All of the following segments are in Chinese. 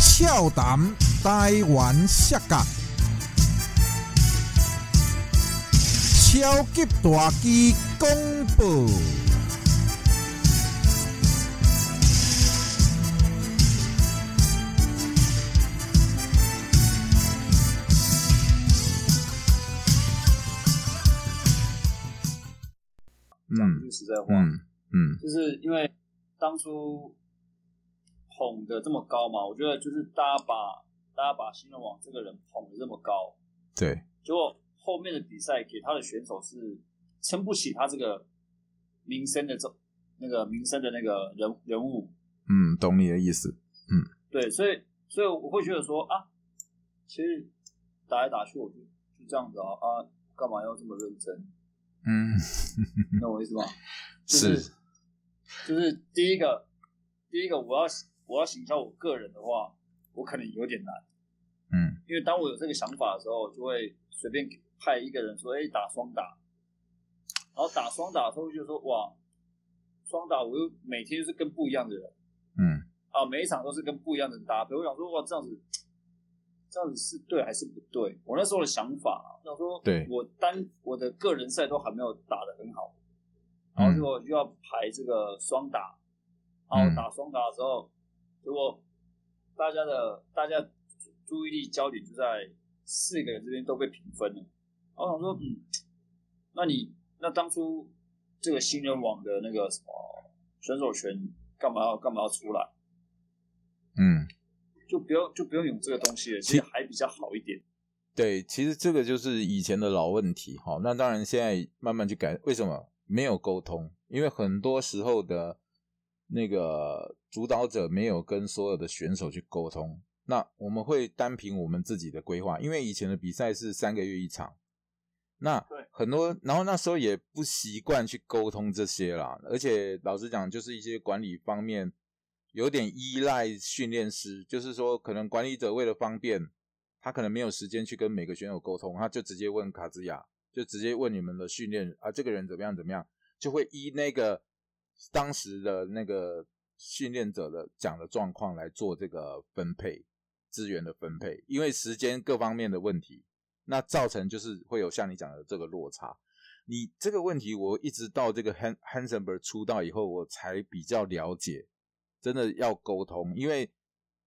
笑谈台湾视角，超级大机公布。讲句实在话，嗯嗯就是因为当初捧的这么高嘛，我觉得就是大家把大家把新人王这个人捧的这么高，对，结果后面的比赛给他的选手是撑不起他这个名声的这那个名声的那个人人物，嗯，懂你的意思。对，所以所以我会觉得说啊，其实打来打去我就就这样子啊啊，干嘛要这么认真？嗯，你懂我意思吗？ 就是是，就是第一个，第一个我要我要行销我个人的话，我可能有点难，嗯因为当我有这个想法的时候，就会随便给派一个人说，哎、打双打，然后打双打的时候就说，哇，双打我又每天就是跟不一样的人嗯啊，每一场都是跟不一样的人搭配，我想说，哇，这样子。这样子是对还是不对？我那时候的想法啊，我想说，对我单我的个人赛都还没有打得很好，然后结嗯果就要排这个双打，嗯然后打双打的时候，结果大家的大家注意力焦点就在四个人这边都被平分了。然后我想说，嗯，那你那当初这个新人网的那个什么选手权干嘛要干嘛要出来？嗯。就不要就不用有这个东西了，其实还比较好一点。对，其实这个就是以前的老问题，哈。那当然现在慢慢去改，为什么没有沟通？因为很多时候的那个主导者没有跟所有的选手去沟通。那我们会单凭我们自己的规划，因为以前的比赛是三个月一场，那对很多，然后那时候也不习惯去沟通这些啦，而且老实讲，就是一些管理方面有点依赖训练师，就是说可能管理者为了方便，他可能没有时间去跟每个选手沟通，他就直接问卡兹亚，就直接问你们的训练啊，这个人怎么样怎么样，就会依那个当时的那个训练者的讲的状况来做这个分配资源的分配，因为时间各方面的问题，那造成就是会有像你讲的这个落差。你这个问题，我一直到这个 Han Hansenberg 出道以后，我才比较了解，真的要沟通，因为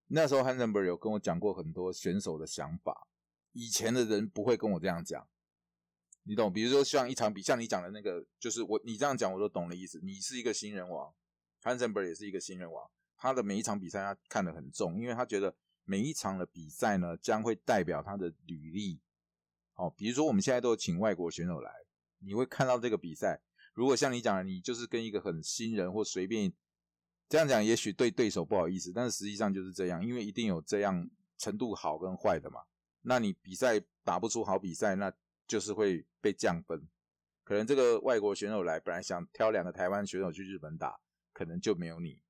那时候 Hansenberg 有跟我讲过很多选手的想法，以前的人不会跟我这样讲，你懂？比如说像一场比，像你讲的那个，就是我你这样讲，我都懂的意思。你是一个新人王，Hansenberg 也是一个新人王，他的每一场比赛他看得很重，因为他觉得每一场的比赛呢，将会代表他的履历。哦，比如说我们现在都有请外国选手来，你会看到这个比赛。如果像你讲的，你就是跟一个很新人或随便这样讲，也许对对手不好意思，但是实际上就是这样，因为一定有这样程度好跟坏的嘛。那你比赛打不出好比赛，那就是会被降分。可能这个外国选手来，本来想挑两个台湾选手去日本打，可能就没有你，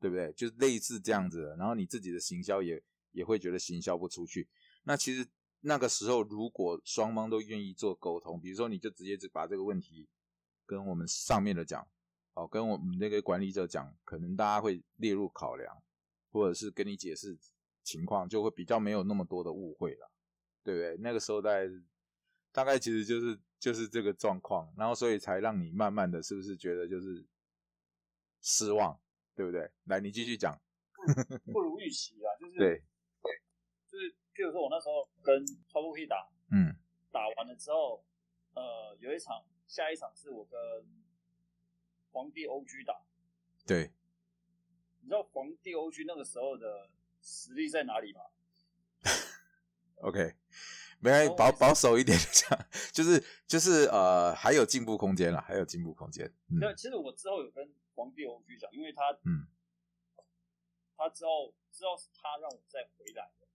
对不对？就是类似这样子的。然后你自己的行销也也会觉得行销不出去。那其实那个时候，如果双方都愿意做沟通，比如说你就直接把这个问题跟我们上面的讲，哦，跟我们那个管理者讲，可能大家会列入考量，或者是跟你解释情况，就会比较没有那么多的误会了，对不对？那个时候大概大概其实就是就是这个状况，然后所以才让你慢慢的是不是觉得就是失望，对不对？来，你继续讲，不如预期啊，就是对，就是，譬如说我那时候跟 t o p P 打，嗯打完了之后，呃，有一场，下一场是我跟皇帝 OG 打。对，你知道皇帝 OG 那个时候的实力在哪里吗？ OK，没关系哦，保保守一点讲，就是就是呃，还有进步空间了，还有进步空间。嗯那、其实我之后有跟皇帝 OG 讲，因为他，嗯，他之后之后是他让我再回来的。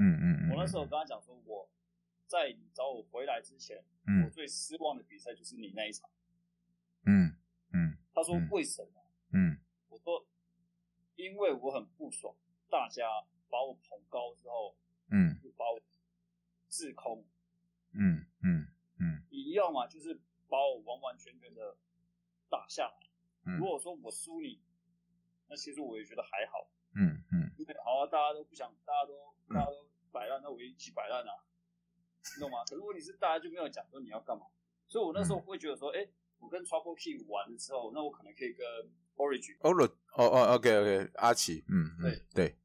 嗯嗯嗯，我那时候跟他讲说，我在你找我回来之前，嗯我最失望的比赛就是你那一场。嗯嗯他说嗯为什么？嗯我说因为我很不爽，大家把我捧高之后，嗯就把我制空，嗯嗯你要么就是把我完完全全的打下来。嗯如果说我输你，那其实我也觉得还好，嗯嗯因哎好啊，大家都不想，大家都大家都摆烂，那我一起摆烂啊，你懂吗？可是问题是大家就没有讲说你要干嘛，所以我那时候会觉得说，哎、我跟 Trouble Key 玩的时候，那我可能可以跟 Origin 哦哦哦，OK OK，阿奇，嗯，嗯对，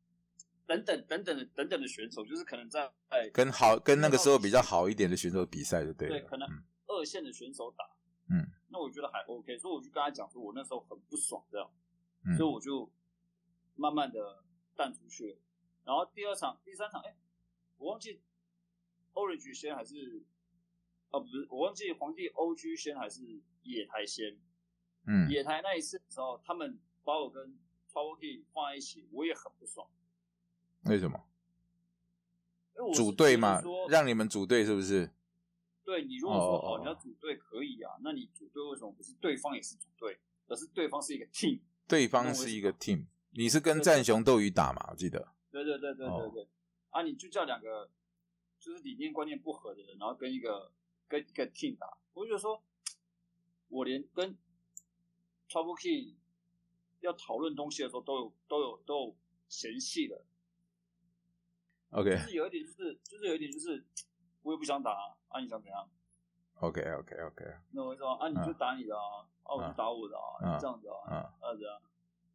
等等等等的等等的选手，就是可能在跟好跟那个时候比较好一点的选手比赛就对了，对可能嗯二线的选手打，嗯，那我觉得还 OK，所以我就跟他讲说，我那时候很不爽这样，嗯所以我就慢慢的淡出去了。然后第二场、第三场，哎、我忘记 Orange 先还是哦，不是，我忘记皇帝 OG 先还是野台先。嗯野台那一次的时候，他们把我跟 t r o k y 放在一起，我也很不爽。为什么因为我是组队嘛觉得说？让你们组队是不是？对你如果说哦哦哦你要组队可以啊，那你组队为什么不是对方也是组队，而是对方是一个 team？对那方我是是一个 team，你是跟对战雄斗鱼打嘛？我记得，对对对对哦对对，啊，你就叫两个就是理念观念不合的人，然后跟一个跟一个 team 打，我就觉得说，我连跟 Trouble Key 要讨论东西的时候都有都有都有嫌隙的， OK 就是有一点就是就是有一点就是我也不想打啊，啊你想怎样？ OK OK OK，那我就说啊你就打你的啊，啊我就打我的啊，嗯就这样子啊，嗯啊这样，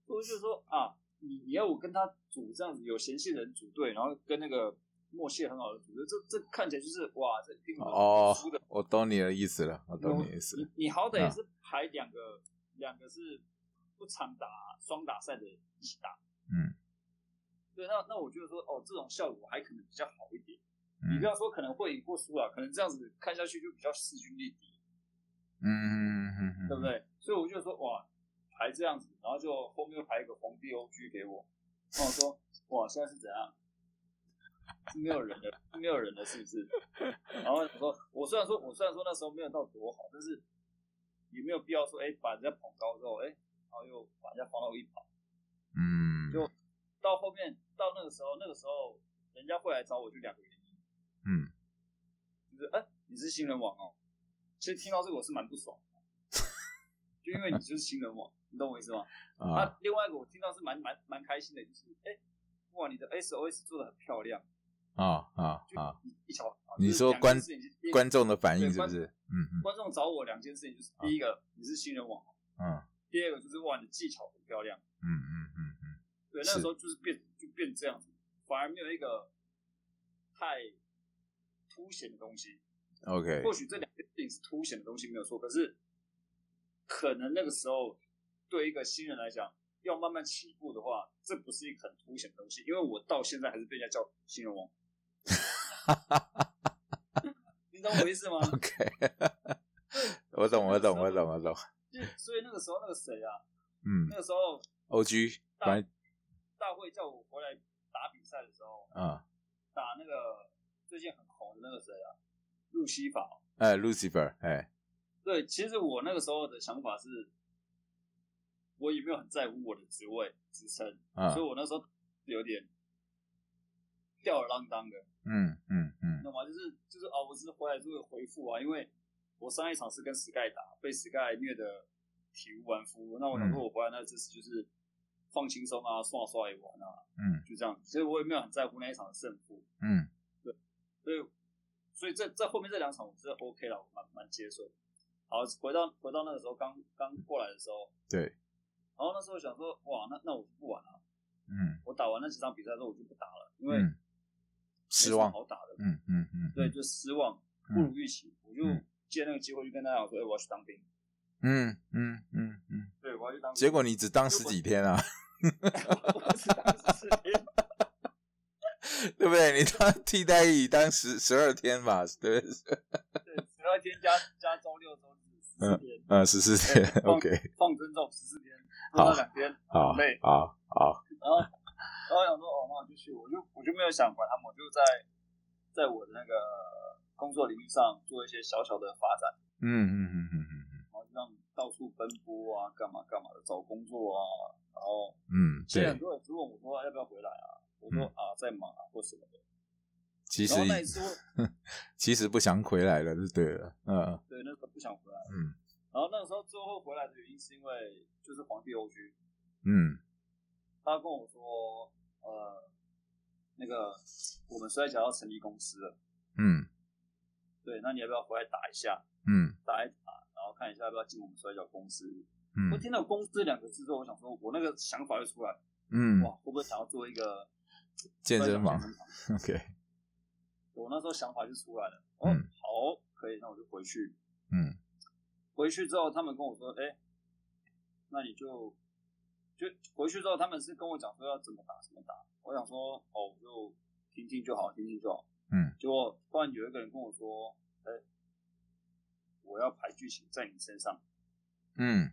我就说啊，你你要我跟他组这样子有嫌隙的人组队，然后跟那个默契很好的组队，这这看起来就是哇，这一定哦嗯输的。，我懂你的意思了，我懂你的意思你了。你好歹也是排两个两、个是不常打双打赛的人一起打，嗯，对，那那我觉得说哦，这种效果还可能比较好一点。你嗯不要说可能会赢或输啊，可能这样子看下去就比较势均力敌。嗯嗯嗯对不嗯，对？所以我就说哇，排这样子，然后就后面又排一个皇帝 OG 给我，然后我说哇，现在是怎样？是没有人的，是没有人的，是不是？然后我说，我虽然说，我虽然说那时候没有到多好，但是也没有必要说，哎，把人家捧高之后，哎，然后又把人家放到一旁。嗯，就到后面，到那个时候，那个时候人家会来找我，就两个原因，嗯，就是哎、你是新人王哦。其实听到这个我是蛮不爽的，就因为你就是新人王，你懂我意思吗？啊啊，另外一个我听到是蛮蛮蛮开心的，就是哎、哇，你的 SOS 做的很漂亮，啊啊就啊！一一条。你就是说两件观事情就是第一观众啊的反应对是不是？嗯观众找我两件事情，就是第一个、你是新人王，嗯嗯第二个就是哇，你的技巧很漂亮。嗯嗯嗯嗯，对，是那时候就是变就变这样子，反而没有一个太凸显的东西。嗯，OK，或许这两件事情是凸显的东西没有错，可是可能那个时候对一个新人来讲，要慢慢起步的话，这不是一个很凸显的东西，因为我到现在还是被人家叫新人王。你懂我意思吗？ OK，我懂，我懂，我懂，我懂。就所以那个时候那个谁啊，嗯那个时候，OG，大反正大会叫我回来打比赛的时候，啊，打那个最近很红的那个谁啊，路西法哦。哎，Lucifer，哎，对，其实我那个时候的想法是，我也没有很在乎我的职位职称，啊所以，我那时候有点吊儿郎当的，嗯嗯你嗯懂吗？就是就是哦，我只是回来做个回复啊，因为我上一场是跟 Sky 打，被 Sky 虐的体无完肤，那我嗯想说我回来那这次就是放轻松啊，刷刷也玩啊，嗯，就这样，所以我也没有很在乎那一场的胜负，嗯所以所以这这后面这两场我是 OK 了，我蛮蛮接受的。好，回到回到那个时候刚刚过来的时候，对然后那时候想说，哇，那那我就不玩了、嗯我打完那几场比赛之后我就不打了，因为没嗯，什失么望，好打的，嗯嗯嗯，对，就失望，嗯不如预期，我就嗯借那个机会就跟大家讲说，哎、我要去当兵，嗯嗯嗯嗯，对，我要去当兵。结果你只当十几天啊， 我只当十天，对不对？你当替代役当十十二天吧，对不对？对，十二天加加周六周日十四天，呃，十四天哎放 ，OK，放尊重十四天，好多到两天，好累，好，好，然后，然后我想说，哦，那我就去，我就我就没有想管他们，我就在在我的那个工作领域上做一些小小的发展，嗯嗯嗯嗯嗯然后就让到处奔波啊，干嘛干嘛的，找工作啊，然后嗯，其实对，嗯很多人就问我说要不要回来啊，我说、啊在忙啊或什么的，其实然后那一次我其实不想回来了，就对了，嗯对那时候不想回来，嗯然后那个时候最后回来的原因是因为就是皇帝 OG，嗯他跟我说，呃，呃，那个我们摔跤要成立公司了，嗯对，那你要不要回来打一下，嗯打一打，然后看一下要不要进我们摔跤公司？我嗯听到“公司”两个字之后，我想说，我那个想法就出来，哇嗯，，会不会想要做一个健身摔房跤健身，OK，我那时候想法就出来了，哦，嗯好哦，可以，那我就回去。嗯回去之后，他们跟我说，哎、那你就就回去之后，他们是跟我讲说要怎么打怎么打。我想说，哦，我就听听就好，听听就好。嗯。结果突然有一个人跟我说，哎、我要排剧情在你身上，嗯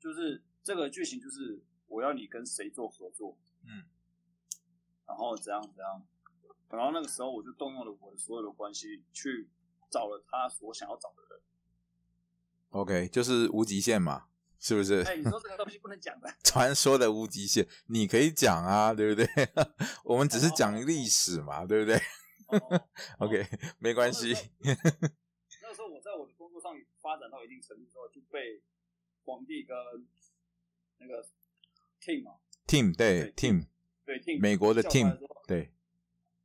就是这个剧情就是我要你跟谁做合作，嗯，然后怎样怎样。然后那个时候我就动用了我的所有的关系去找了他所想要找的人。 ，OK，就是无极限嘛，是不是？哎、你说这个东西不能讲的， 传说的无极限，你可以讲啊，对不 对？我们只是讲历史嘛，对不对哦？OK，没关系。 那时候我在我的工作上发展到一定程度之后，就被皇帝跟那个 King 嘛， Team 对对 Team 对 King 美国的叫过来 Team 说，对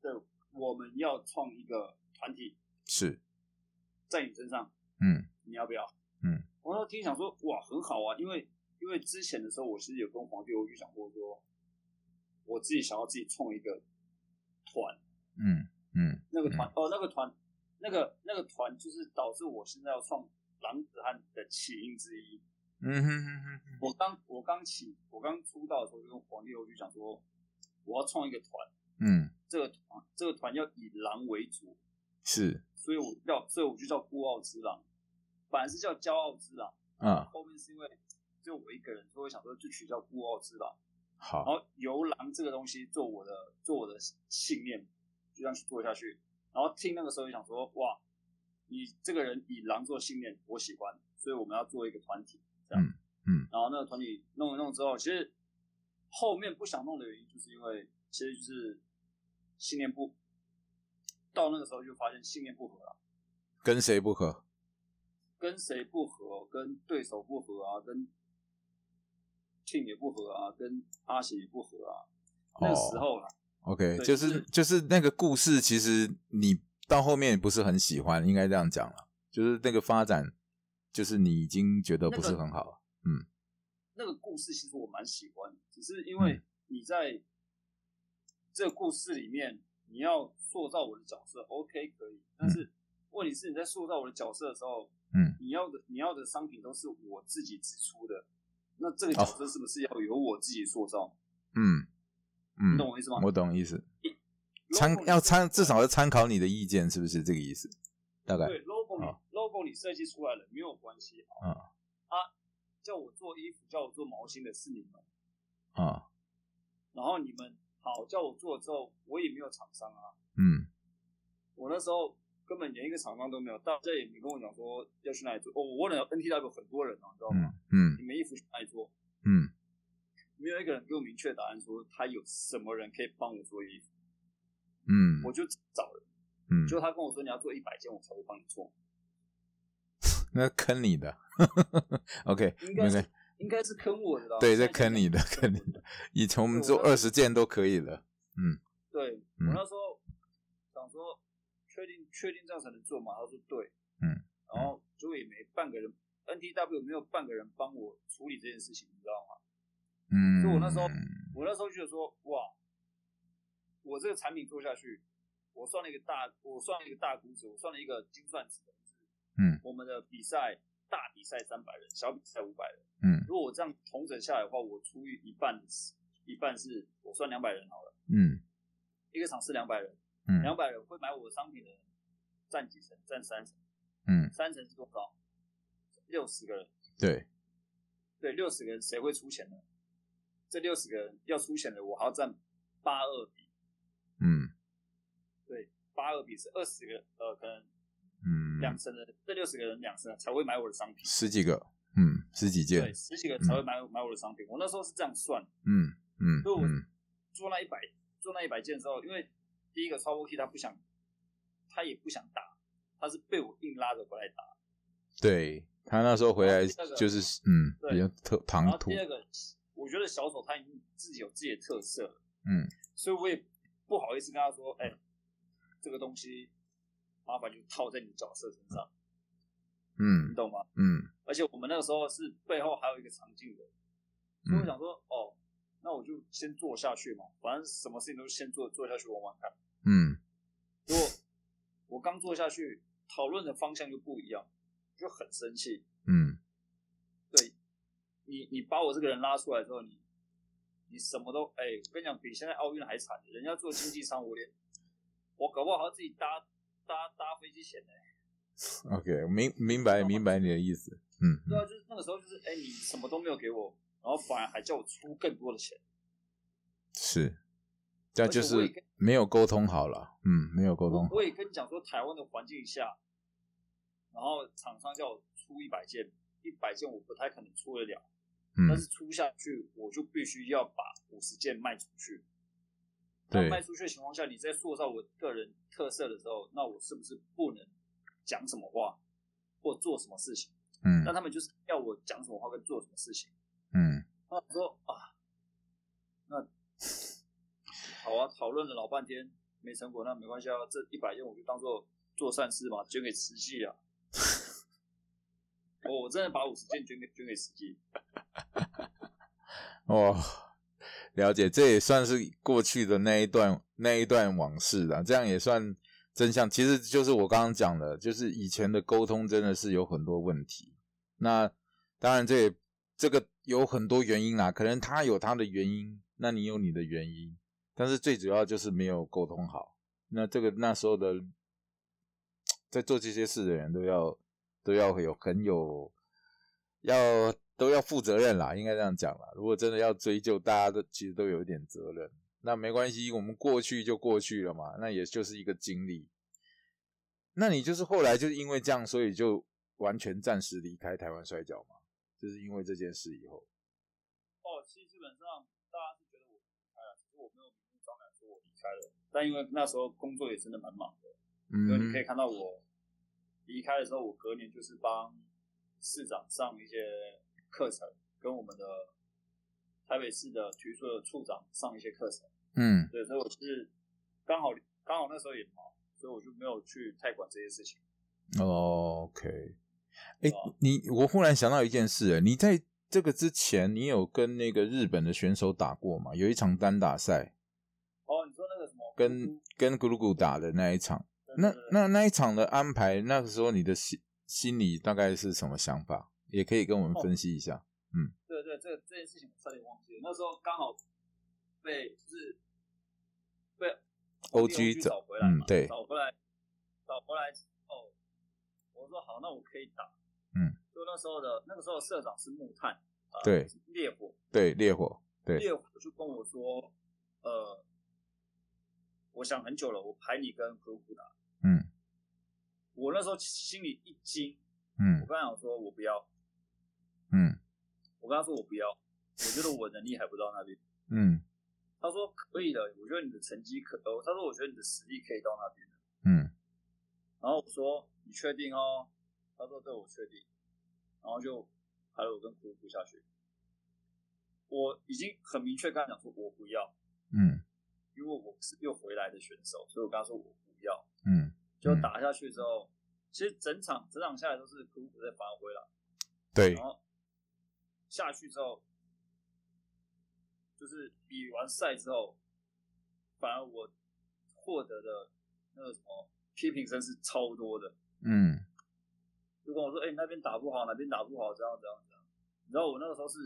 对，我们要创一个团体是在你身上，嗯你要不要？嗯，我那时候听想说，哇，很好啊，因为因为之前的时候，我其实有跟皇帝我就想过说，我自己想要自己创一个团，嗯嗯那个团、哦，那个团，那个那个团就是导致我现在要创狼子汉的起因之一。嗯哼哼哼我刚我刚起，我刚出道的时候就跟黄帝欧就讲说，我要创一个团，嗯这个团这个团要以狼为主，是所以我叫所以我就叫孤傲之狼，本来是叫骄傲之狼，啊后面是因为只有我一个人，所以我想说就取叫孤傲之狼，然好后由狼这个东西做我的做我的信念，就这样去做下去。然后听那个时候就想说，哇，你这个人以狼做信念，我喜欢，所以我们要做一个团体，这样。嗯嗯然后那个团体弄一弄之后，其实后面不想弄的原因，就是因为其实就是信念不，到那个时候就发现信念不合了、跟谁不合？跟谁不合，跟对手不合啊，跟 team 也不合啊，跟阿贤也不合啊。那个哦时候啦， OK，对就就是是就是那个故事，其实你到后面不是很喜欢，应该这样讲了，就是那个发展，就是你已经觉得不是很好了。那个故事其实我蛮喜欢的，只是因嗯为你在这个故事里面，你要塑造我的角色，OK 可以，但是问题是你在塑造我的角色的时候，嗯，你要的你要的商品都是我自己支出的，那这个哦角色是不是要由我自己塑造？嗯你嗯，懂我意思吗？我懂意思，如果参你要参至少要参考你的意见，是不是这个意思？大概对 logo 你、好 logo 你设计出来了没有关系，嗯啊，叫我做衣服，叫我做毛巾的是你们，啊，然后你们好叫我做了之后，我也没有厂商啊，嗯我那时候根本连一个厂商都没有，大家也没跟我讲说要去哪里做，哦，我问了 NTW 很多人啊，你知道吗？嗯嗯你们衣服去哪里做？嗯没有一个人给我明确答案，说他有什么人可以帮我做衣服，嗯我就找人，嗯结，果他跟我说你要做一百件，我才会帮你做，那坑你的 ，OK，应该没是关系，应该是坑我的啦，对，现这在坑你的，坑你的。以前我们做二十件都可以了，对嗯我那时候想说，确定确定这样才能做嘛？他说对，嗯，然后结果也没半个人，NTW 没有半个人帮我处理这件事情，你知道吗？嗯，所以我那时候我那时候就觉得说，哇，我这个产品做下去，我算了一个大，我算了一个大估值，我算了一个精算值，嗯，我们的比赛大比赛三百人，小比赛五百人，嗯如果我这样统整下来的话，我除以一半是，一半是我算两百人好了，嗯一个场是两百人。嗯两百人会买我的商品的人占几成？占三成，嗯，三成是多少？六十个人，对，对，六十个人谁会出钱呢？这六十个人要出钱的，我还要占八二比，嗯对，八二比是二十个，呃，可能两嗯，成的人，这六十个人两成的才会买我的商品，十几个，嗯，十几件对，，十几个人才会买我买我的商品。我那时候是这样算，嗯嗯所以我嗯做那一百做那一百件之后，因为第一个超 OK 他不想，他也不想打，他是被我硬拉着回来打。对他那时候回来就是嗯，对比较特然唐后突第，二个，我觉得小丑他已经自己有自己的特色了，嗯，所以我也不好意思跟他说，哎、这个东西麻烦就套在你角色身上，你嗯懂吗？嗯而且我们那个时候是背后还有一个常进人，所以嗯我想说，哦，那我就先做下去嘛，反正什么事情都是先做做下去玩玩看。嗯结果我刚做下去，讨论的方向就不一样，就很生气。嗯你你把我这个人拉出来之后，你你什么都哎、我跟你讲，比现在奥运还惨，人家做经济舱，我连我搞不好还要自己搭搭搭飞机钱呢、嗯，OK，明明白明白你的意思，嗯对啊，就是那个时候就是哎、你什么都没有给我，然后反而还叫我出更多的钱，是，这就而且我也是跟没有沟通好了，嗯，没有沟通我好，我也跟你讲说台湾的环境下，然后厂商叫我出一百件，一百件我不太可能出得了。嗯但是出下去，我就必须要把五十件卖出去。对那卖出去的情况下，你在塑造我个人特色的时候，那我是不是不能讲什么话或做什么事情？嗯那他们就是要我讲什么话跟做什么事情。嗯那我说啊，那好啊，讨论了老半天没成果，那没关系啊，这一百件我就当做做善事嘛，捐给慈济啊。 我我真的把五十件捐给捐给慈济，哦。了解，这也算是过去的那一段那一段往事了，这样也算真相。其实就是我刚刚讲的，就是以前的沟通真的是有很多问题。那当然这也这个有很多原因啦，可能他有他的原因，那你有你的原因，但是最主要就是没有沟通好。那这个那时候的在做这些事的人都要都要有很有要都要负责任啦，应该这样讲啦。如果真的要追究，大家都其实都有一点责任。那没关系，我们过去就过去了嘛，那也就是一个经历。那你就是后来就是因为这样，所以就完全暂时离开台湾摔跤嘛，就是因为这件事以后。哦，其实基本上大家是觉得我离开了，其实我没有明目张胆说我离开了，但因为那时候工作也真的蛮忙的，因为你嗯可以看到我离开的时候，我隔年就是帮市长上一些课程，跟我们的台北市的体育处的处长上一些课程，嗯对，所以我是刚好刚好那时候也忙，所以我就没有去太管这些事情。哦，OK。哎、哦你我忽然想到一件事、诶你在这个之前，你有跟那个日本的选手打过吗？有一场单打赛，哦，你说那个什么跟跟咕噜咕打的那一场。那对对对那那一场的安排，那个时候你的心心里大概是什么想法？也可以跟哦我们分析一下。对对，这个这件事情我差点忘记了。那时候刚好被就是被 OG 找找回来嘛，嗯对找回来，找回来之后，我说好，那我可以打。嗯，就那时候的那个时候的社长是木炭，呃、对，烈火，对，烈火，对烈火就跟我说，呃，我想很久了，我排你跟格古打。嗯我那时候心里一惊，我嗯刚想说我不要，嗯我跟他说我不要，我觉得我能力还不到那边。嗯他说可以的，我觉得你的成绩可，呃，他说我觉得你的实力可以到那边的。嗯然后我说你确定哦？他说对，我确定。然后就还有我跟姑姑下去，我已经很明确跟他讲说我不要，嗯因为我是又回来的选手，所以我跟他说我不要。嗯，就打下去之后，其实整场整场下来都是姑姑在发挥了。对然，后下去之后，就是比完赛之后，反而我获得的那个什么批评声是超多的，嗯就跟我说：“哎、你那边打不好，哪边打不好，怎样怎样怎样。”你知道我那个时候是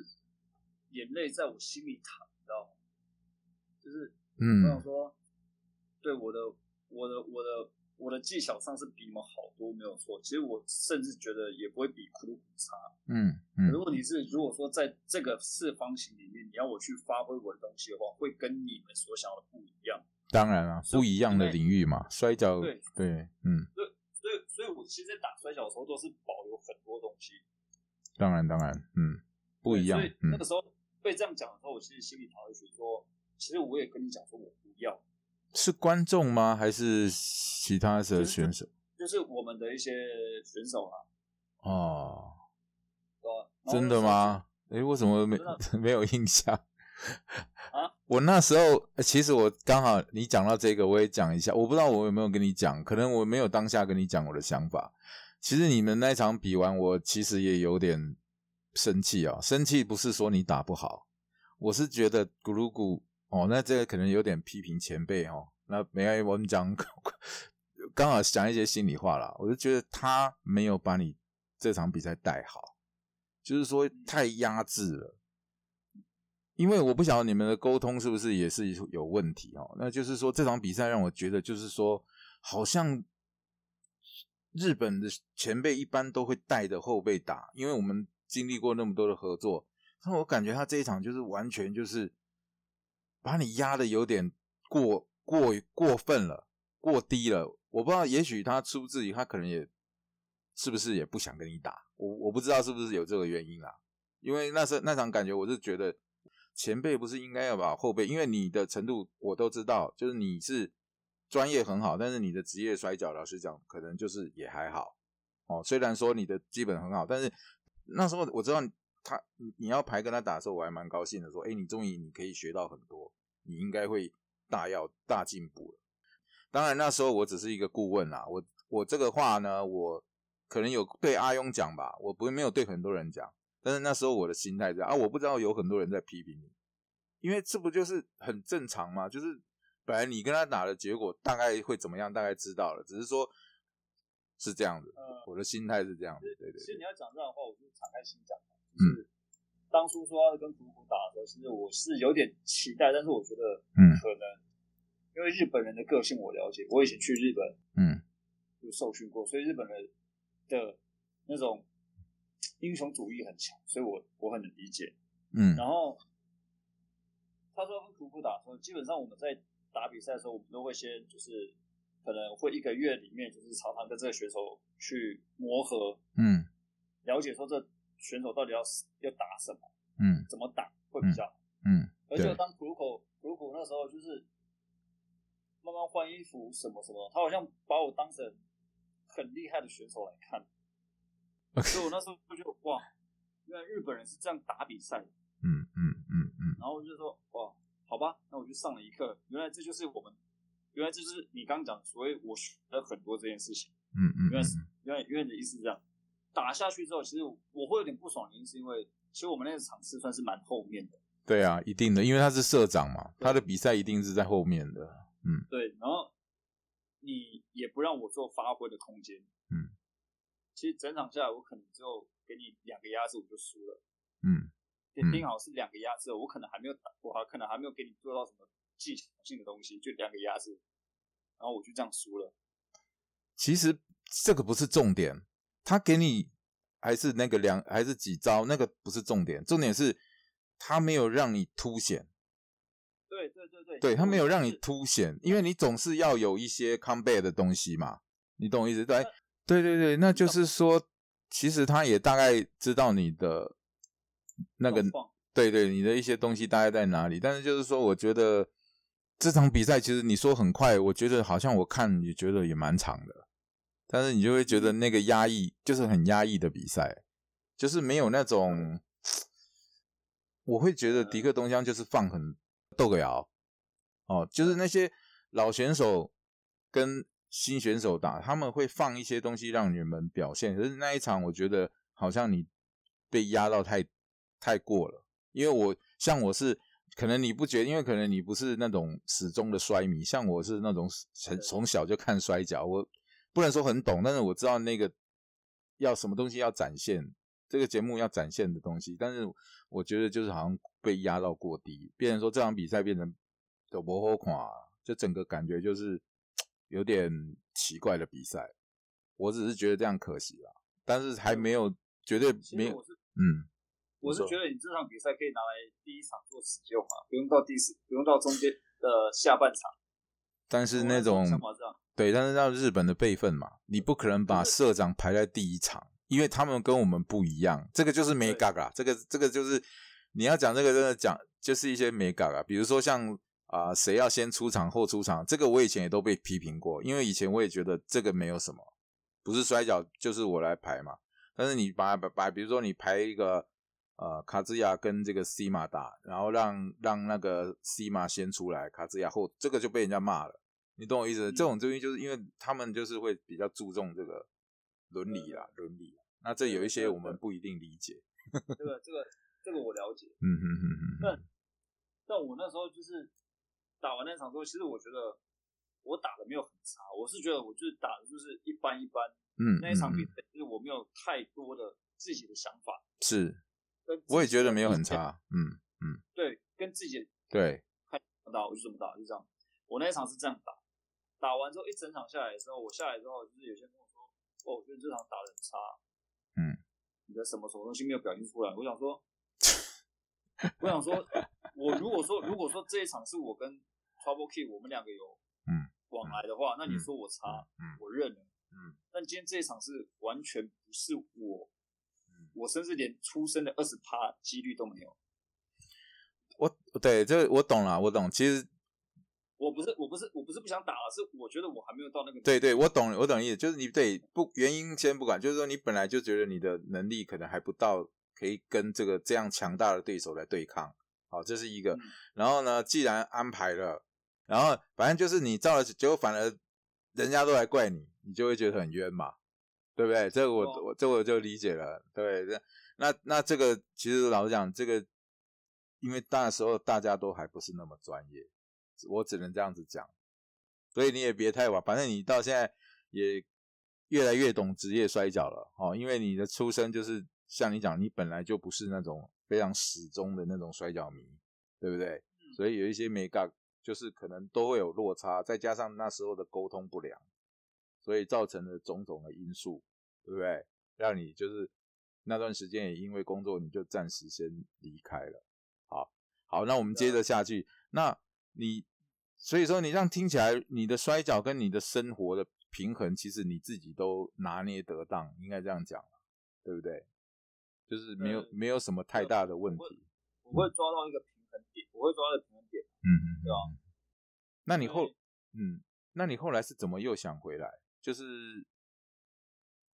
眼泪在我心里淌，你知道吗？就是我想嗯说，对我的我的我的我的技巧上是比你们好多，没有错。其实我甚至觉得也不会比苦鲁差。嗯可是嗯问题是，如果说在这个四方形里面，你要我去发挥我的东西的话，会跟你们所想的不一样。当然了，不一样的领域嘛，摔跤，对对，嗯，所以，所以我其实，在打摔跤的时候，都是保留很多东西，当然当然，嗯，不一样所以，嗯那个时候被这样讲的时候，我其实心里讨一句说，其实我也跟你讲说，我不要，是观众吗？还是其他的选手？就是我们的一些选手啦，哦，对吧？然后 真的吗？诶，为什么没没有印象？啊， 我那时候呃其实我刚好你讲到这个，我也讲一下。我不知道我有没有跟你讲，可能我没有当下跟你讲我的想法。其实你们那一场比完，我其实也有点生气啊、生气不是说你打不好，我是觉得咕噜咕哦，那这个可能有点批评前辈哦。那没关系，我们讲 刚好讲一些心里话啦。我就觉得他没有把你这场比赛带好，就是说太压制了。因为我不晓得你们的沟通是不是也是有问题哦。那就是说，这场比赛让我觉得，就是说，好像日本的前辈一般都会带着后辈打，因为我们经历过那么多的合作，那我感觉他这一场就是完全就是把你压的有点过过于过分了，过低了。我不知道，也许他出自于他可能也是不是也不想跟你打，我我不知道是不是有这个原因啊。因为那时候那场感觉，我是觉得前辈不是应该要把后辈，因为你的程度我都知道，就是你是专业很好，但是你的职业摔跤，老实讲，可能就是也还好哦。虽然说你的基本很好，但是那时候我知道他你你要排跟他打的时候，我还蛮高兴的，说，哎，你终于你可以学到很多，你应该会大要大进步了。当然那时候我只是一个顾问啦，我我这个话呢，我可能有对阿庸讲吧，我不没有对很多人讲。但是那时候我的心态是啊，我不知道有很多人在批评你，因为这不就是很正常吗？就是本来你跟他打的结果大概会怎么样，大概知道了，只是说是这样子，呃，我的心态是这样子，对对嗯其实对，你要讲这样的话，我就敞开心讲嘛。就是当初说要跟古古打的时候，其实我是有点期待，但是我觉得，嗯可能因为日本人的个性我了解，我以前去日本嗯有受训过，所以日本人的那种英雄主义很强，所以我我很能理解。嗯然后他说跟苦苦打的时候，基本上我们在打比赛的时候，我们都会先就是可能会一个月里面，就是常常跟这个选手去磨合，嗯了解说这选手到底要要打什么，嗯怎么打会比较好。嗯而且对当苦口苦口那时候就是慢慢换衣服什么什么，他好像把我当成很厉害的选手来看， 所以我那时候就觉得哇，原来日本人是这样打比赛的。嗯嗯嗯嗯，然后我就说，哇，好吧，那我就上了一课。原来这就是我们，原来这就是你刚讲，所以我学了很多这件事情。嗯嗯原来是，原来原来你的意思是这样。打下去之后，其实我会有点不爽，原因是因为其实我们那个场次算是蛮后面的，对啊，一定的，因为他是社长嘛，他的比赛一定是在后面的，对，然后你也不让我做发挥的空间，嗯，其实整场下来我可能只有给你两个压制我就输了，嗯点定好是两个压制，我可能还没有打，我还可能还没有给你做到什么技巧性的东西，就两个压制，然后我就这样输了。其实这个不是重点，他给你还是那个两还是几招，那个不是重点，重点是他没有让你凸显。对对对对，对他没有让你就是凸显，因为你总是要有一些 combat 的东西嘛，你懂我意思？对，对对对，那就是说，其实他也大概知道你的那个状，况对对，你的一些东西大概在哪里，但是就是说，我觉得这场比赛其实你说很快，我觉得好像我看也觉得也蛮长的，但是你就会觉得那个压抑就是很压抑的比赛，就是没有那种，我会觉得迪克东乡就是放很斗个摇，哦，就是那些老选手跟新选手打，他们会放一些东西让你们表现。可是那一场，我觉得好像你被压到太太过了，因为我像我是可能你不觉得，因为可能你不是那种始终的摔迷，像我是那种从从小就看摔跤，我不能说很懂，但是我知道那个要什么东西要展现。这个节目要展现的东西，但是我觉得就是好像被压到过低，变成说这场比赛变成走不好看啊，就整个感觉就是有点奇怪的比赛。我只是觉得这样可惜啦，但是还没有绝对其没实有我，是嗯，我是你说觉得你这场比赛可以拿来第一场做使用嘛，不用到第四，不用到中间的下半场。但是我那种想法这样，对，但是到日本的辈分嘛，你不可能把社长排在第一场，因为他们跟我们不一样。这个就是没嘎嘎，这个这个就是你要讲这个真的讲，就是一些没嘎嘎，比如说像啊、谁要先出场后出场，这个我以前也都被批评过，因为以前我也觉得这个没有什么，不是摔跤就是我来排嘛。但是你把把把，比如说你排一个呃卡兹亚跟这个西马打，然后让让那个西马先出来，卡兹亚后，这个就被人家骂了。你懂我意思？嗯这种东西就是因为他们就是会比较注重这个伦理嗯啦，伦理。那这有一些我们不一定理解。这个这个这个我了解。嗯嗯嗯嗯嗯，但我那时候就是打完那场之后，其实我觉得我打的没有很差，我是觉得我就是打的就是一般一般。嗯，那一场嗯比嗯赛就是我没有太多的自己的想法，是，跟自己的我也觉得没有很意见，差。嗯，对，跟自己的对，怎么打我就怎么打，就这样。我那一场是这样打，打完之后一整场下来的时候，我下来之后就是有些人跟我说，哦，我觉得你这场打的很差，嗯，你的什么什么东西没有表现出来，我想说，我想说，我如果说如果说这一场是我跟 Trouble Key 我们两个有嗯往来的话，那你嗯说我差，嗯我认了，嗯，但今天这一场是完全不是我嗯。我甚至连出生的二十趴几率都没有。我对这我懂了，我懂。其实我不是，我不是，我不是不想打了，是我觉得我还没有到那个对对，我懂，我懂意思，就是你对不原因先不管，就是说你本来就觉得你的能力可能还不到可以跟这个这样强大的对手来对抗，好，这是一个。嗯然后呢，既然安排了，然后反正就是你照了，结果反而人家都来怪你，你就会觉得很冤嘛，对不对？这个我、哦我这我就理解了，对，这那那这个其实老实讲，这个因为那时候大家都还不是那么专业，我只能这样子讲，所以你也别太晚，反正你到现在也越来越懂职业摔跤了哦，因为你的出身就是像你讲，你本来就不是那种非常始终的那种摔跤迷，对不对？所以有一些美感就是可能都会有落差，再加上那时候的沟通不良，所以造成了种种的因素，对不对？让你就是那段时间也因为工作，你就暂时先离开了。好，好，那我们接着下去。那你所以说，你这样听起来，你的摔跤跟你的生活的平衡，其实你自己都拿捏得当，应该这样讲对不对？就是没有、呃没有什么太大的问题我。我会抓到一个平衡点，我会抓到一个平衡点。嗯嗯，嗯对啊嗯那你后对嗯，那你后来是怎么又想回来？就是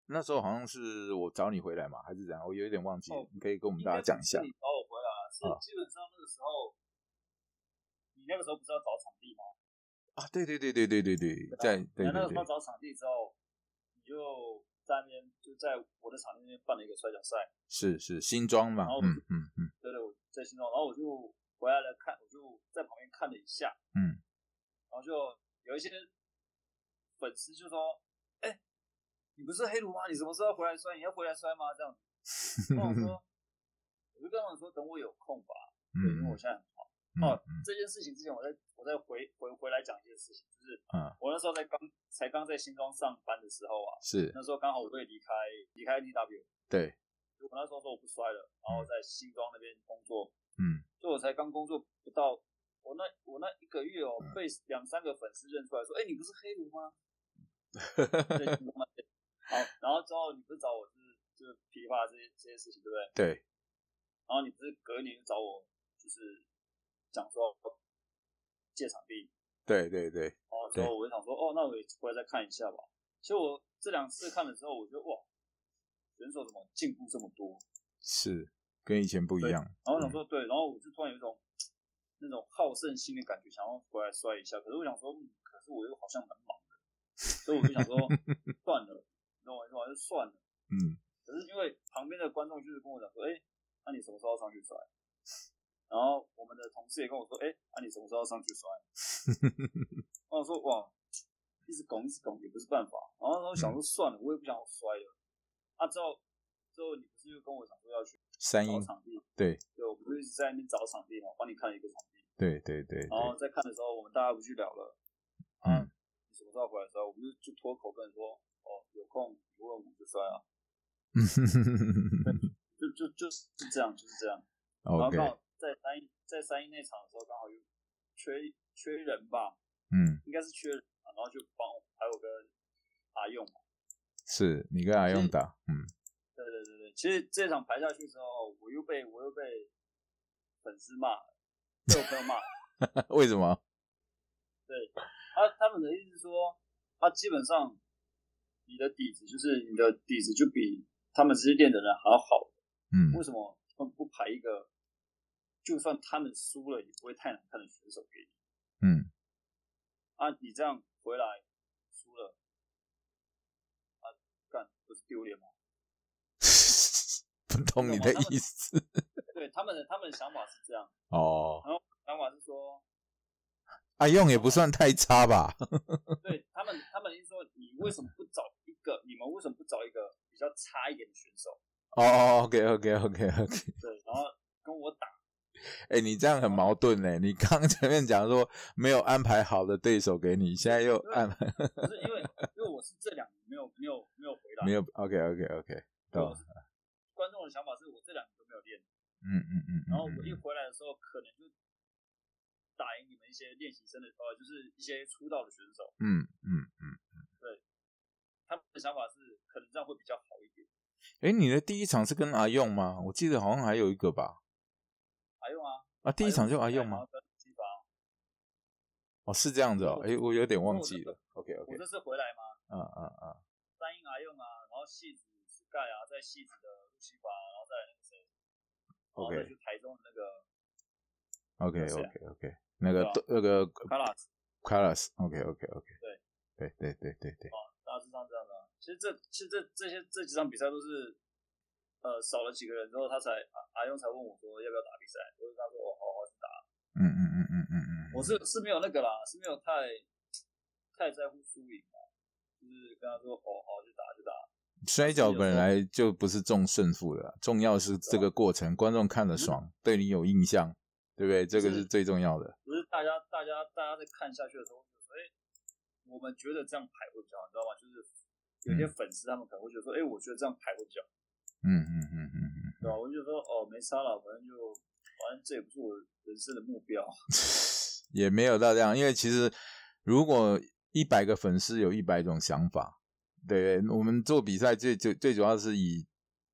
那时候好像是我找你回来嘛，还是怎样？我有一点忘记了，哦你可以跟我们大家讲一下你。找我回来啊是啊基本上那个时候，你那个时候不是要找场地吗？啊，对对对对对对对，在对啊然后那对个时候对，找场地之后，你就在那边就在我的场地那边办了一个摔跤赛，是是新装嘛然后，嗯嗯嗯对对，我在新庄，然后我就回来了看，我就在旁边看了一下，嗯，然后就有一些粉丝就说：“哎、你不是黑奴吗？你什么时候要回来摔？你要回来摔吗？”这样子， 然后我说，我就跟他们说，等我有空吧，嗯对，因为我嗯现在很忙。嗯哦嗯，这件事情之前我在我在回回回来讲一件事情，就是嗯我那时候在刚才刚在新庄上班的时候啊，是那时候刚好我队离开离开 DW，对，就我那时候说我不摔了，然后在新庄那边工作，嗯，就我才刚工作不到，我那我那一个月哦，嗯被两三个粉丝认出来说，哎、你不是黑奴吗？ 对，新庄那边好，然后之后你不是找我就是就是批发这些这些事情，对不对？对，然后你不是隔一年就找我，就是讲说借场地，对对对，然后之后我就想说，哦，那我也回来再看一下吧。其实我这两次看了之后，我觉得哇，选手怎么进步这么多？是跟以前不一对样。然后我想说，对，然后我就突然有一种那种好胜心的感觉，想要回来摔一下。可是我想说，嗯，可是我又好像蛮忙的，所以我就想说，算了，你懂我意思吗？就算了。嗯，可是因为旁边的观众就是跟我讲说，哎、那、你什么时候要上去摔？然后我们的同事也跟我说，哎、那、你什么时候要上去摔？然后我说哇，一直拱一直拱也不是办法。然后我想说算了，我也不想摔了。啊之后之后你不是又跟我讲说要去三找音，场地？对对，我们就一直在那边找场地嘛，帮你看了一个场地。对对对对然，后在看的时候，我们大家不去聊了。嗯啊，你什么时候回来摔？我们就就脱口跟人说，哦，有空你问我们就摔啊， 就就就是这样，就是这样。然后 OK，刚好在三一在三一那场的时候，刚好又缺缺人吧，嗯，应该是缺人吧，然后就帮我还有跟阿用嘛，是你跟阿用是打，嗯。对对对对，其实这场排下去之后，我又被我又被粉丝骂了，被我朋友骂了， 为什么？他他们的意思是说，他基本上你的底子就是你的底子就比他们这些练的人还要好，嗯为什么他们不排排一个，就算他们输了也不会太难看的选手给你嗯，啊，你这样回来输了，啊，干不是丢脸吗？ 不懂你的意思对他们的他们的想法是这样，哦。想法是说，啊，用也不算太差吧？对他们他们一说你为什么不找一个，你们为什么不找一个比较差一点的选手，哦哦，OK OK OK OK。对，然后跟我打， 哎，你这样很矛盾呢。你刚刚前面讲说没有安排好的对手给你，现在又安 排可是因为因为我是这两年没有没有没有回来，没有 OK OK OK，对懂我。是观众的想法是我这两年都没有练，嗯嗯嗯。然后我嗯一回来的时候可能就打赢你们一些练习生的，呃，就是一些出道的选手，嗯嗯嗯。他们的想法是可能这样会比较好一点。哎，你的第一场是跟阿用吗？我记得好像还有一个吧？还用啊，啊，第一场就阿还用吗？？跟基法哦，是这样子哦。哎，我有点忘记了。OK 我 OK，这次回来嘛，嗯嗯嗯，三英阿用啊，然后戏子是盖啊，在戏子的路西法，然后再来那个谁，然后 OK 再去台中的那个 OK 是啊 OK OK，那个对啊对那个卡拉斯， c a l a s OK OK OK，对哦对对对对大致上这样的啊、其实这其实这这些这几场比赛都是，呃，少了几个人之后，他才阿阿用才问我说要不要打比赛，我就跟他说哦，好好去打。嗯嗯嗯嗯嗯嗯，我是是没有那个啦，是没有太太在乎输赢啦，就是跟他说哦，好好去打就打。摔跤本来就不是重胜负的啦，啊重要是这个过程，观众看了爽，对你有印象，对不对？这个是是最重要的。只是大家大家大家在看下去的时候，就说哎、我们觉得这样排会比较好，你知道吗？就是有些粉丝他们可能会觉得说，哎、我觉得这样排会比较好，嗯嗯嗯嗯嗯，对吧？我就觉得说哦，没差了，反正就反正这也不是我人生的目标，也没有到这样，因为其实如果一百个粉丝有一百种想法，对不对？我们做比赛最最最主要是以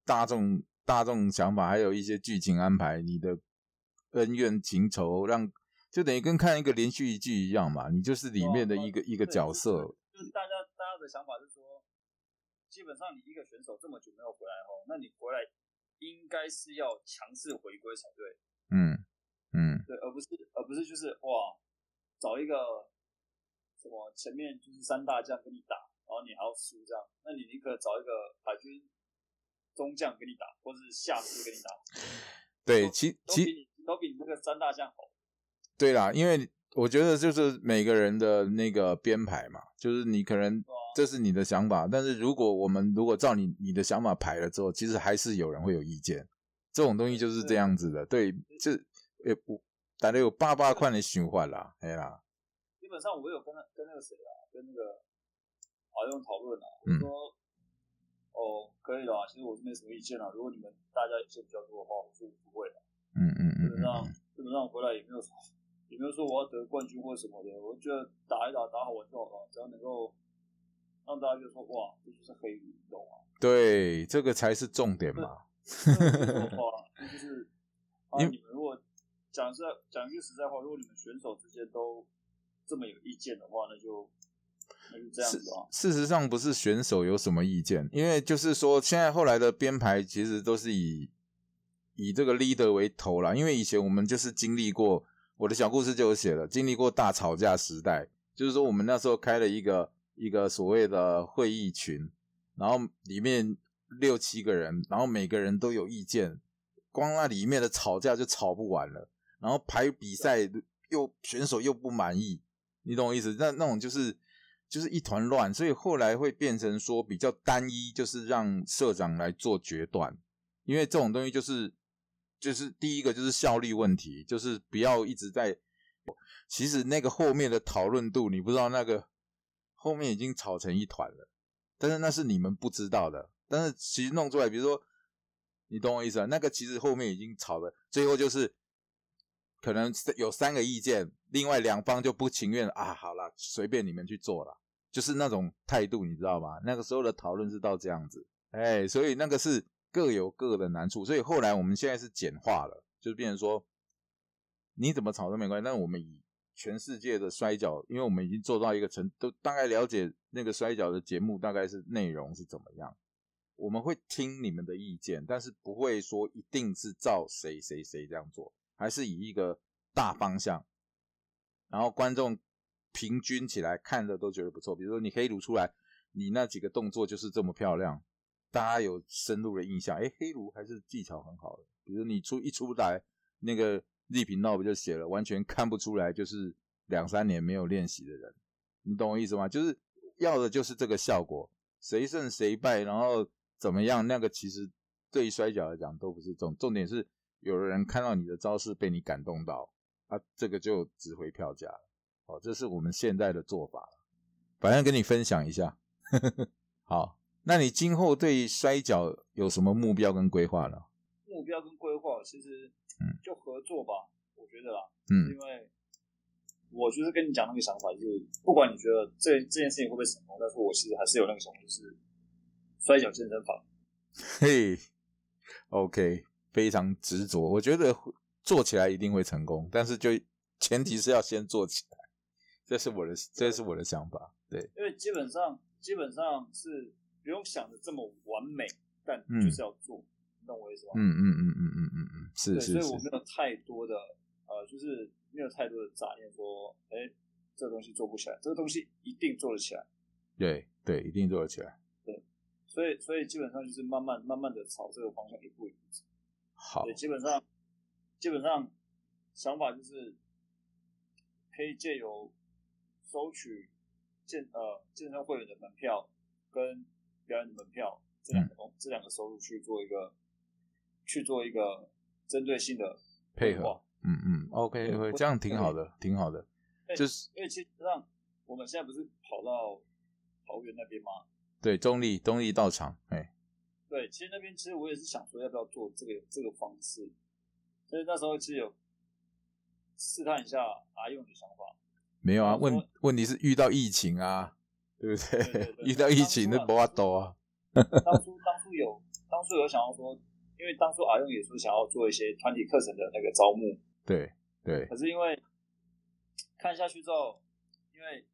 大众大众想法，还有一些剧情安排，你的恩怨情仇，让就等于跟看一个连续剧一样嘛，你就是里面的一个一个哦对角就是色。就是大家大家的想法是说，基本上你一个选手这么久没有回来后，那你回来应该是要强势回归才对，嗯嗯对，而不是而不是就是哇，找一个什么前面就是三大将跟你打，然后你还要输这样，那你宁可找一个海军中将跟你打，或是下士跟你打，对，其都其比你都比你这个三大将好。对啦，因为我觉得就是每个人的那个编排嘛，就是你可能啊这是你的想法，但是如果我们如果照你你的想法排了之后，其实还是有人会有意见，这种东西就是这样子的，对，这也不大家有爸爸款的循环啦，哎啦，基本上我有跟那跟那个谁啊，跟那个好用讨论啊，嗯我说、哦可以啦，其实我是没什么意见啊啦，如果你们大家意见比较多的话，我是无所谓的，嗯嗯基嗯本上基本上回来也没有什么也没有说我要得冠军或什么的，我觉得打一打打好玩就好了，只要能够让大家就说哇，这就是黑运动 啊，对，这个才是重点嘛，哇，这就是 啊，因为你们如果讲实在讲句实在话，如果你们选手之间都这么有意见的话，那就那就这样子啊。事实上，不是选手有什么意见，因为就是说，现在后来的编排其实都是以以这个 leader 为头啦。因为以前我们就是经历过，我的小故事就有写了，经历过大吵架时代，就是说我们那时候开了一个一个所谓的会议群，然后里面六七个人，然后每个人都有意见，光那里面的吵架就吵不完了，然后排比赛又选手又不满意，你懂我意思？那那种就是就是一团乱，所以后来会变成说比较单一，就是让社长来做决断，因为这种东西就是就是第一个就是效率问题，就是不要一直在。其实那个后面的讨论度，你不知道那个后面已经吵成一团了，但是那是你们不知道的。但是其实弄出来，比如说，你懂我意思啊？那个其实后面已经吵了，最后就是可能是有三个意见，另外两方就不情愿啊，好了，随便你们去做了，就是那种态度，你知道吗？那个时候的讨论是到这样子，哎，所以那个是各有各的难处，所以后来我们现在是简化了，就是变成说你怎么吵都没关系，但我们以全世界的摔跤，因为我们已经做到一个程，都大概了解那个摔跤的节目大概是内容是怎么样，我们会听你们的意见，但是不会说一定是照谁谁谁这样做，还是以一个大方向，然后观众平均起来看着都觉得不错。比如说你黑奴出来，你那几个动作就是这么漂亮，大家有深入的印象。哎，黑奴还是技巧很好的。比如你出一出来，那个立频道不就写了，完全看不出来就是两三年没有练习的人，你懂我意思吗？就是要的就是这个效果，谁胜谁败，然后。怎么样？那个其实对于摔跤来讲都不是重，重点是有的人看到你的招式被你感动到，啊，这个就值回票价了。哦，这是我们现在的做法了。反正跟你分享一下。好，那你今后对摔跤有什么目标跟规划呢？目标跟规划其实，嗯就合作吧，我觉得啦，嗯因为我就是跟你讲那个想法，就是不管你觉得这这件事情会不会成功，但是我其实还是有那个什么，就是摔跤健身房。嘿，OK，非常执着，我觉得做起来一定会成功，但是就前提是要先做起来，这是我的，这是我的想法。对，因为基本上基本上是不用想的这么完美，但嗯就是要做，你懂我意思吗？嗯嗯嗯嗯嗯嗯嗯，是对，是所以我是，没有太多的呃，就是没有太多的杂念说，哎，这东西做不起来，这个东西一定做得起来。对对，一定做得起来。所以所以基本上就是慢慢慢慢的朝这个方向一步一步走。好对，，基本上基本上想法就是可以借由收取健呃健身会员的门票跟表演的门票这嗯两个东、这两个收入去做一个去做一个针对性的配规划合，嗯嗯，OK，我 OK，这样挺好的，挺好的，对就是因为其实上我们现在不是跑到桃园那边吗？对中立中立到场，哎，对，其实那边其实我也是想说要不要做这个这个方式，所以那时候其实有试探一下阿用的想法。没有啊，哦我说问问题是遇到疫情啊，对不对？对对对 遇到疫情那没法度啊， 当初当初有当初有想要说，因为当初阿用也说想要做一些团体课程的那个招募，对对，可是因为看下去之后，因为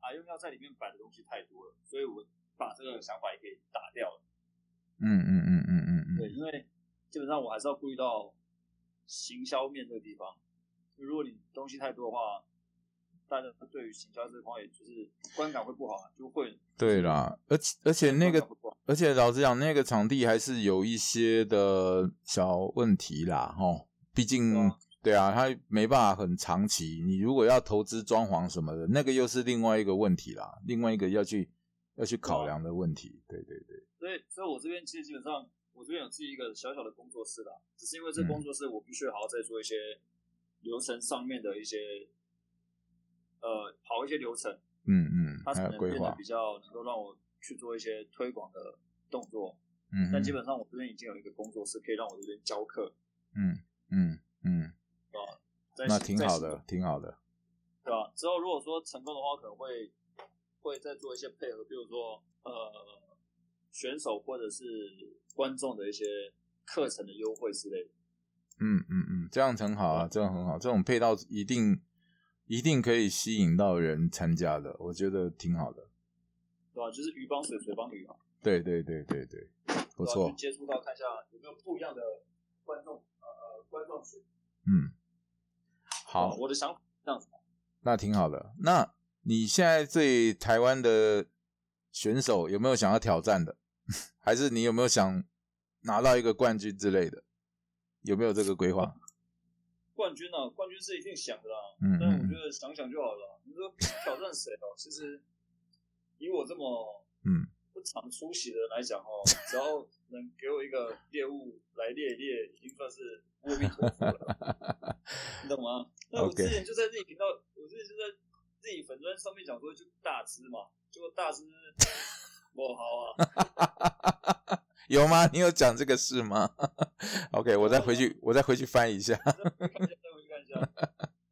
阿用要在里面摆的东西太多了，所以我把这个想法也给打掉了。嗯嗯嗯嗯嗯对，嗯，因为基本上我还是要顾虑到行销面这个地方，就如果你东西太多的话。大家对于行销这方面就是观感会不好，就会对啦，而且而且那个观感会不好而且老实讲，那个场地还是有一些的小问题啦，吼，毕竟对啊对啊，它没办法很长期。你如果要投资装潢什么的，那个又是另外一个问题啦，另外一个要去要去啊考量的问题。对对对，所以，所以我这边其实基本上，我这边有自己一个小小的工作室啦，只是因为嗯这工作室我必须还要再做一些流程上面的一些，呃，跑一些流程，嗯嗯，它还才有能规变得划比，较能够让我去做一些推广的动作。嗯但嗯基本上我这边已经有一个工作室可以让我这边教课，嗯嗯嗯，在那挺好，在的，挺好的。对吧？之后如果说成功的话，可能会会再做一些配合，比如说呃选手或者是观众的一些课程的优惠之类的。嗯嗯嗯，这样很好啊，这样很好，这种配套一定一定可以吸引到人参加的，我觉得挺好的。对吧、就是鱼帮水，水帮鱼嘛，对对对对对，不对吧啊错去。接触到看一下有没有不一样的观众，呃呃，观众群。嗯，对吧好，我的想法是这样子，那挺好的。那你现在对台湾的选手有没有想要挑战的？ 还是你有没有想拿到一个冠军之类的？有没有这个规划？冠军啊，冠军是一定想的啦，嗯但我嗯觉得想想就好了啦。你说挑战谁哦？其实以我这么嗯不常出席的人来 讲哦，只要能给我一个猎物来猎一猎，已经算是阿弥陀佛了，你懂吗？那我 OK 之前就在自己频道，我之前就在自己粉砖上面讲说就大只嘛，结果大只 不好啊。有吗？你有讲这个事吗 ？OK，我再回去，我再回去翻一下。再看一下，再回去看一下。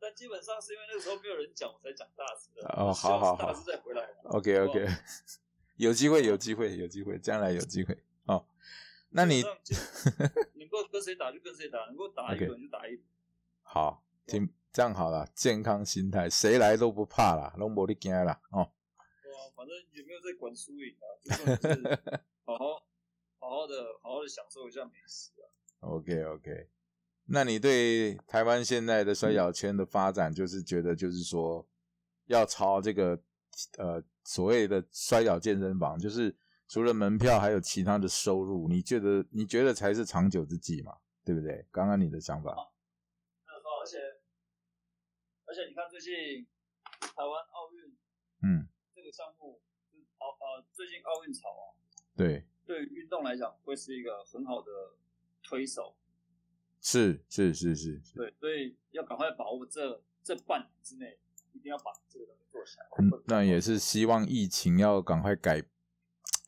但基本上是因为那个时候没有人讲，我才讲大师的。哦好好好希望是大师再回来。 OK OK，有机会，有机会，有机会，将来有机会。哦，那你基本上就能够跟谁打就跟谁打，能够打一 OK 轮就打一轮。好，挺这样好了，健康心态，谁来都不怕啦，拢无你惊啦。哦，对啊，反正也没有在管输赢啊，就是好好的享受一下美食啊。 OK OK，那你对台湾现在的摔角圈的发展，就是觉得就是说要朝这个呃所谓的摔角健身房，就是除了门票，还有其他的收入，你觉得你觉得才是长久之计嘛？对不对？刚刚你的想法，那时候而且而且你看最近台湾奥运嗯，这个项目，就是奥呃最近奥运潮啊，对，对于运动来讲会是一个很好的推手。是是是是，对，所以要赶快把握这这半年之内，一定要把这个东西做起来。嗯，那也是希望疫情要赶快改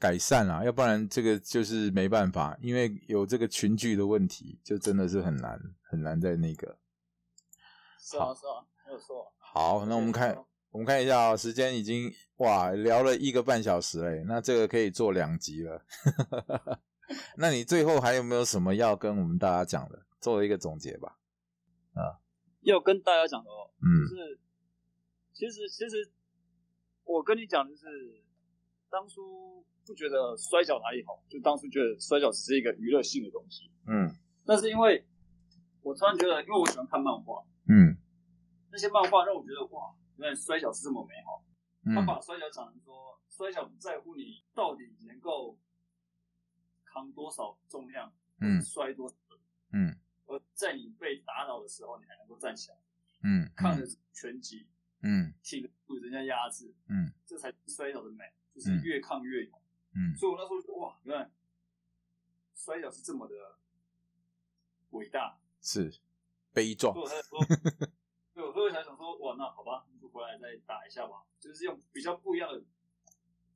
改善啊，要不然这个就是没办法，因为有这个群聚的问题，就真的是很难很难在那个。是啊是啊，没有错。好，那我们看哦我们看一下啊、时间已经哇聊了一个半小时嘞，那这个可以做两集了。 那你最后还有没有什么要跟我们大家讲的？做一个总结吧。要跟大家讲的哦，就嗯是其实其实我跟你讲，就是当初不觉得摔跤哪里好，就当初觉得摔跤只是一个娱乐性的东西。嗯那是因为我突然觉得，因为我喜欢看漫画，嗯那些漫画让我觉得哇，原来摔跤是这么美好。他嗯把摔跤讲成说，摔跤不在乎你到底能够扛多少重量，嗯摔多少轮，嗯而在你被打倒的时候，你还能够站起来，嗯抗着拳击，嗯挺得住人家压制，嗯，这才是摔跤的美，就是越抗越勇。嗯所以我那时候觉得哇，原来摔跤是这么的伟大，是悲壮所以。我才说，对，我所以我才想说，哇，那好吧，那就回来再打一下吧，就是用比较不一样的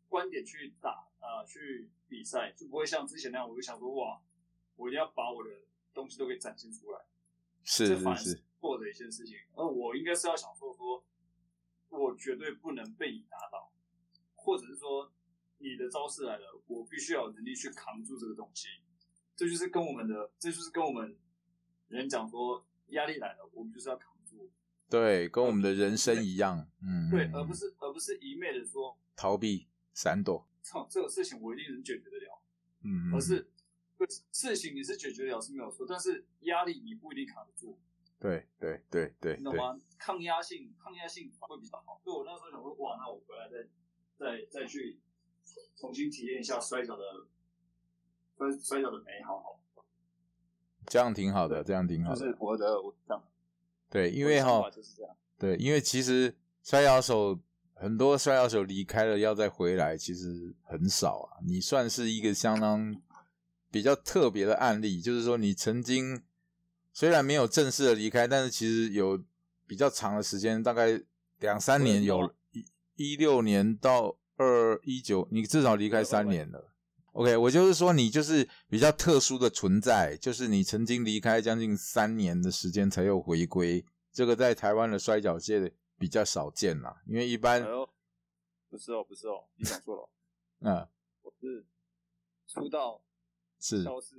观点去打啊、呃去比赛，就不会像之前那样，我就想说，哇，我一定要把我的东西都给展现出来。是这反是而是是，做的一件事情。而我应该是要想说说，我绝对不能被你打倒，或者是说你的招式来了，我必须要有能力去扛住这个东西。这就是跟我们的，这就是跟我们人讲说，压力来了，我们就是要扛住，对，跟我们的人生一样。嗯，对，嗯而不嗯是而不是一昧的说，逃避、闪躲，操，这个事情我一定能解决得了，嗯，而是。对事情你是解决得了是没有错，但是压力你不一定扛得住，对对对对你懂对，吗？抗压性，抗压性会比较好。所以我那时候想说，哇，那我回来再再再去重新体验一下摔跤的摔摔跤的美好，好这样挺好的，这样挺好就的，是我的我这样，对，因为哈我的想法，就是这样，对，因为其实摔跤手很多摔跤手离开了要再回来，其实很少啊。你算是一个相当比较特别的案例，就是说你曾经虽然没有正式的离开，但是其实有比较长的时间，大概两三年我有有，一一六年到二一九，你至少离开三年了。OK，我就是说你就是比较特殊的存在，就是你曾经离开将近三年的时间才又回归，这个在台湾的摔跤界比较少见啦，因为一般哎呦，不是哦，不是哦，你讲错了哦，嗯、我是出道是消失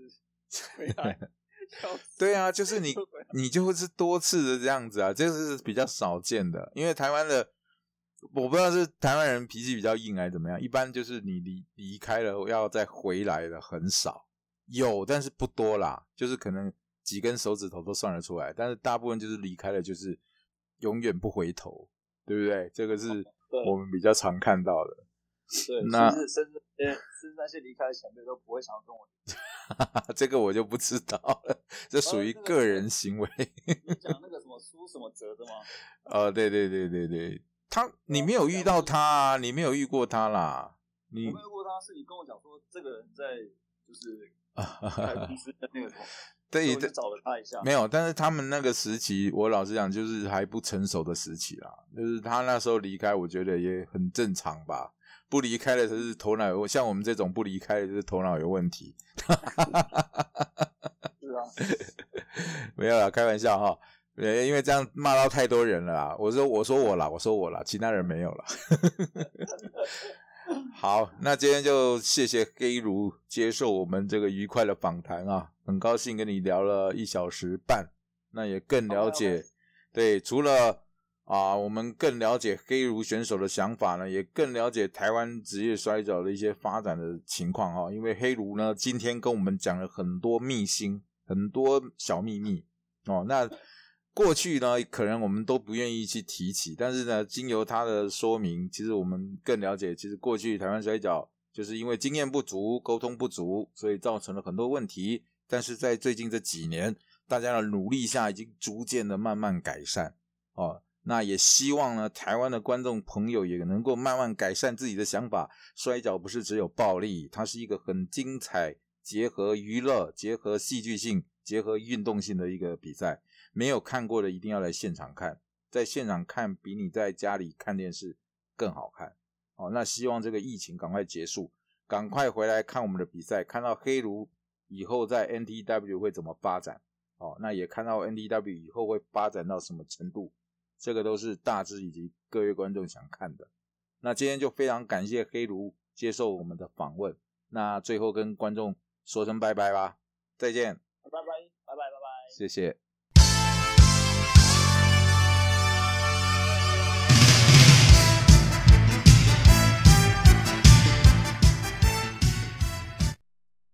回来， 消失对啊，就是 你回来你就会是多次的这样子啊，这是比较少见的。因为台湾的，我不知道是台湾人脾气比较硬还是怎么样，一般就是你离离开了要再回来的很少，有但是不多啦，就是可能几根手指头都算得出来，但是大部分就是离开了就是永远不回头，对不哦对？这个是我们比较常看到的。 对，那甚至甚至呃甚至那些离开的前辈都不会想要跟我这个我就不知道了，哦这属于个人行为。你讲那个什么苏什么哲的 吗？呃，对对对对对，他你没有遇到他啊，你没有遇过他啦，你我没有过他，是你跟我讲说这个人在就是开公司的那个什么，所以 对我就对找了他一下。没有，但是他们那个时期，我老实讲就是还不成熟的时期啦，就是他那时候离开，我觉得也很正常吧。不离开的才是头脑有，像我们这种不离开的就是头脑有问题。是啊， 没有啦，开玩笑哈。呃，因为这样骂到太多人了啦。我说，我说我啦，我说我啦，其他人没有啦。 好，那今天就谢谢黑如接受我们这个愉快的访谈啊，很高兴跟你聊了一小时半，那也更了解。对，除了啊，我们更了解黑奴选手的想法呢，也更了解台湾职业摔跤的一些发展的情况哈、哦。因为黑奴呢，今天跟我们讲了很多秘辛，很多小秘密哦。那过去呢，可能我们都不愿意去提起，但是呢，经由他的说明，其实我们更了解，其实过去台湾摔跤就是因为经验不足、沟通不足，所以造成了很多问题。但是在最近这几年，大家的努力下，已经逐渐的慢慢改善哦。那也希望呢，台湾的观众朋友也能够慢慢改善自己的想法。摔跤不是只有暴力，它是一个很精彩、结合娱乐、结合戏剧性、结合运动性的一个比赛。没有看过的一定要来现场看，在现场看比你在家里看电视更好看。哦，那希望这个疫情赶快结束，赶快回来看我们的比赛，看到黑奴以后在 NTW 会怎么发展。哦，那也看到 NTW 以后会发展到什么程度。这个都是大致以及各位观众想看的。那今天就非常感谢黑奴接受我们的访问。那最后跟观众说声拜拜吧，再见，拜拜，拜拜，拜拜，谢谢。